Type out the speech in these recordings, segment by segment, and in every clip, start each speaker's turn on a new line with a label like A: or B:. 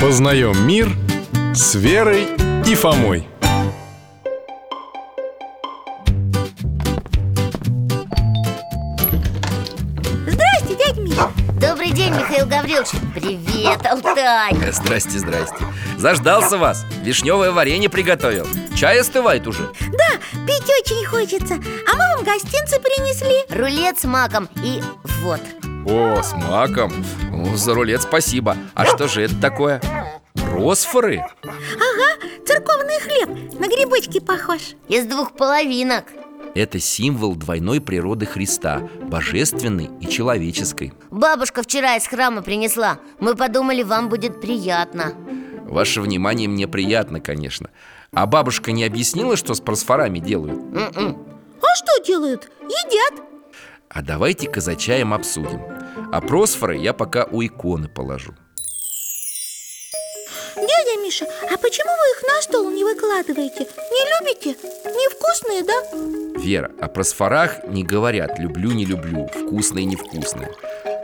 A: Познаем мир с Верой и Фомой.
B: Здрасте, дядь Миша
C: Добрый день, Михаил Гаврилович Привет, Алтай
D: Э, Здрасте, здрасте Заждался вас Вишневое варенье приготовил Чай остывает уже
B: Да, пить очень хочется А мы вам гостинцы принесли
C: Рулет с маком и вот
D: О, с маком Ну, За рулет спасибо А что же это такое? Росфоры?
B: Ага, церковный хлеб На грибочки похож
C: Из двух половинок
D: Это символ двойной природы Христа Божественной и человеческой
C: Бабушка вчера из храма принесла Мы подумали, вам будет приятно
D: Ваше внимание мне приятно, конечно А бабушка не объяснила, что с просфорами делают?
C: М-м.
B: А что делают? Едят
D: А давайте-ка за чаем обсудим А просфоры я пока у иконы положу
B: Дядя Миша, а почему вы их на стол не выкладываете? Не любите? Невкусные, да?
D: Вера, о просфорах не говорят «люблю, не люблю», «вкусное, невкусное».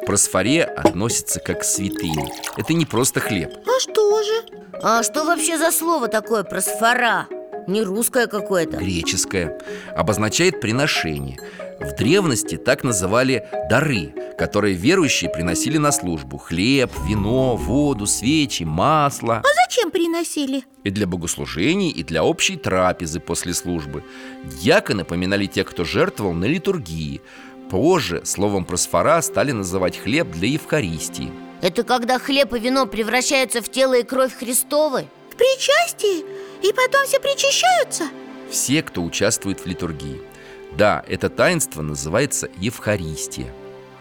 D: Просфоре относится как к святыне. Это не просто хлеб.
B: А что же?
C: А что вообще за слово такое просфора? Не русское какое-то
D: Греческое. Обозначает приношение. В древности так называли дары, которые верующие приносили на службу. Хлеб, вино, воду, свечи, масло.
B: А зачем приносили?
D: И для богослужений, и для общей трапезы после службы. Дьяконы поминали тех, кто жертвовал на литургии. Позже словом просфора стали называть хлеб для Евхаристии.
C: Это когда хлеб и вино превращаются в тело и кровь Христовы?
B: В причастии? И потом все причащаются?
D: все, кто участвует в литургии. Да, это таинство называется Евхаристия.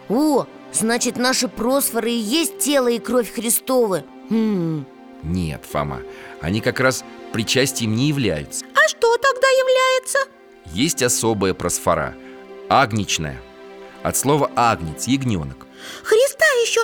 C: О, значит, наши просфоры и есть тело и кровь Христовы М-м. М,
D: Нет, Фома, они как раз причастием не являются.
B: А что тогда является?
D: Есть особая просфора – агничная. От слова «агнец» – ягненок.
B: Христа еще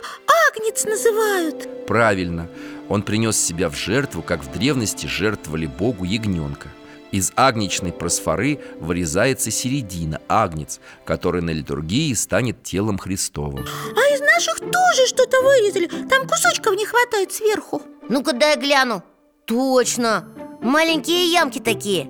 B: Агнец называют
D: Правильно, он принес себя в жертву, как в древности жертвовали Богу ягненка. Из агничной просфоры вырезается середина, агнец, который на литургии станет телом Христовым.
B: А из наших тоже что-то вырезали Там кусочков не хватает сверху
C: Ну-ка дай гляну Точно, маленькие ямки такие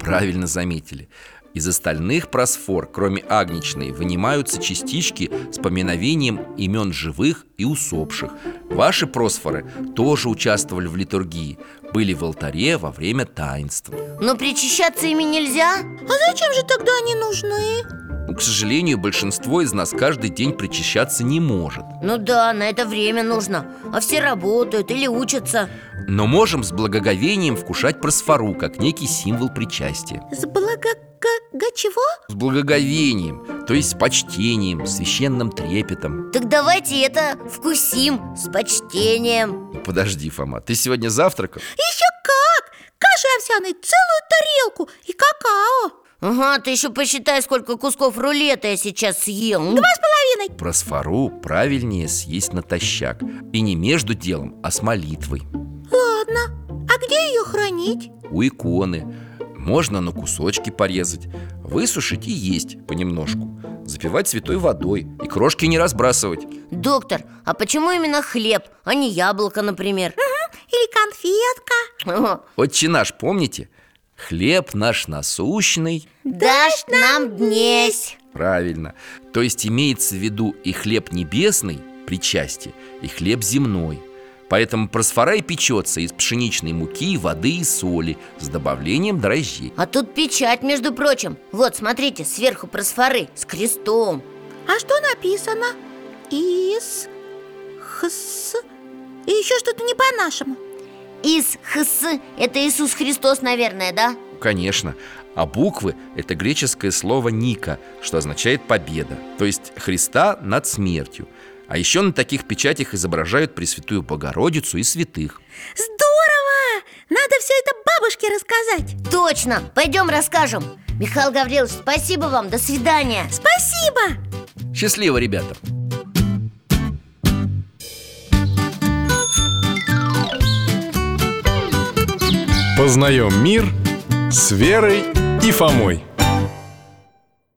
D: Правильно заметили. Из остальных просфор, кроме агничной, вынимаются частички с поминовением имен живых и усопших. Ваши просфоры тоже участвовали в литургии, были в алтаре во время таинства.
C: Но причащаться ими нельзя?
B: А зачем же тогда они нужны?
D: Но, к сожалению, большинство из нас каждый день причащаться не может.
C: Ну да, на это время нужно А все работают или учатся
D: Но можем с благоговением вкушать просфору, как некий символ причастия.
B: С блага... чего?
D: С благоговением, то есть с почтением, священным трепетом.
C: Так давайте это вкусим с почтением
D: Подожди, Фома, ты сегодня завтракал?
B: Еще как! Каши овсяной целую тарелку и какао
C: Ага, ты еще посчитай, сколько кусков рулета я сейчас съел М,
B: Два с половиной
D: Просфору правильнее съесть натощак И не между делом, а с молитвой
B: Ладно, а где ее хранить?
D: У иконы Можно на кусочки порезать Высушить и есть понемножку Запивать святой водой И крошки не разбрасывать
C: Доктор, а почему именно хлеб, а не яблоко, например?
B: Или конфетка?
D: Отче наш, помните? Хлеб наш насущный
C: Дашь нам днесь
D: Правильно То есть имеется в виду и хлеб небесный, причастие И хлеб земной Поэтому просфорай печется из пшеничной муки, воды и соли С добавлением дрожжей
C: А тут печать, между прочим Вот, смотрите, сверху просфоры, с крестом
B: А что написано? Из... Хс... И еще что-то не по-нашему
C: Из хс, это Иисус Христос, наверное, да?
D: Конечно. А буквы – это греческое слово «ника», что означает «победа», то есть «Христа над смертью». А еще на таких печатях изображают Пресвятую Богородицу и святых.
B: Здорово! Надо все это бабушке рассказать
C: Точно, пойдем расскажем Михаил Гаврилович, спасибо вам, до свидания
B: Спасибо!
D: Счастливо, ребята!
A: Познаем мир с Верой и Фомой.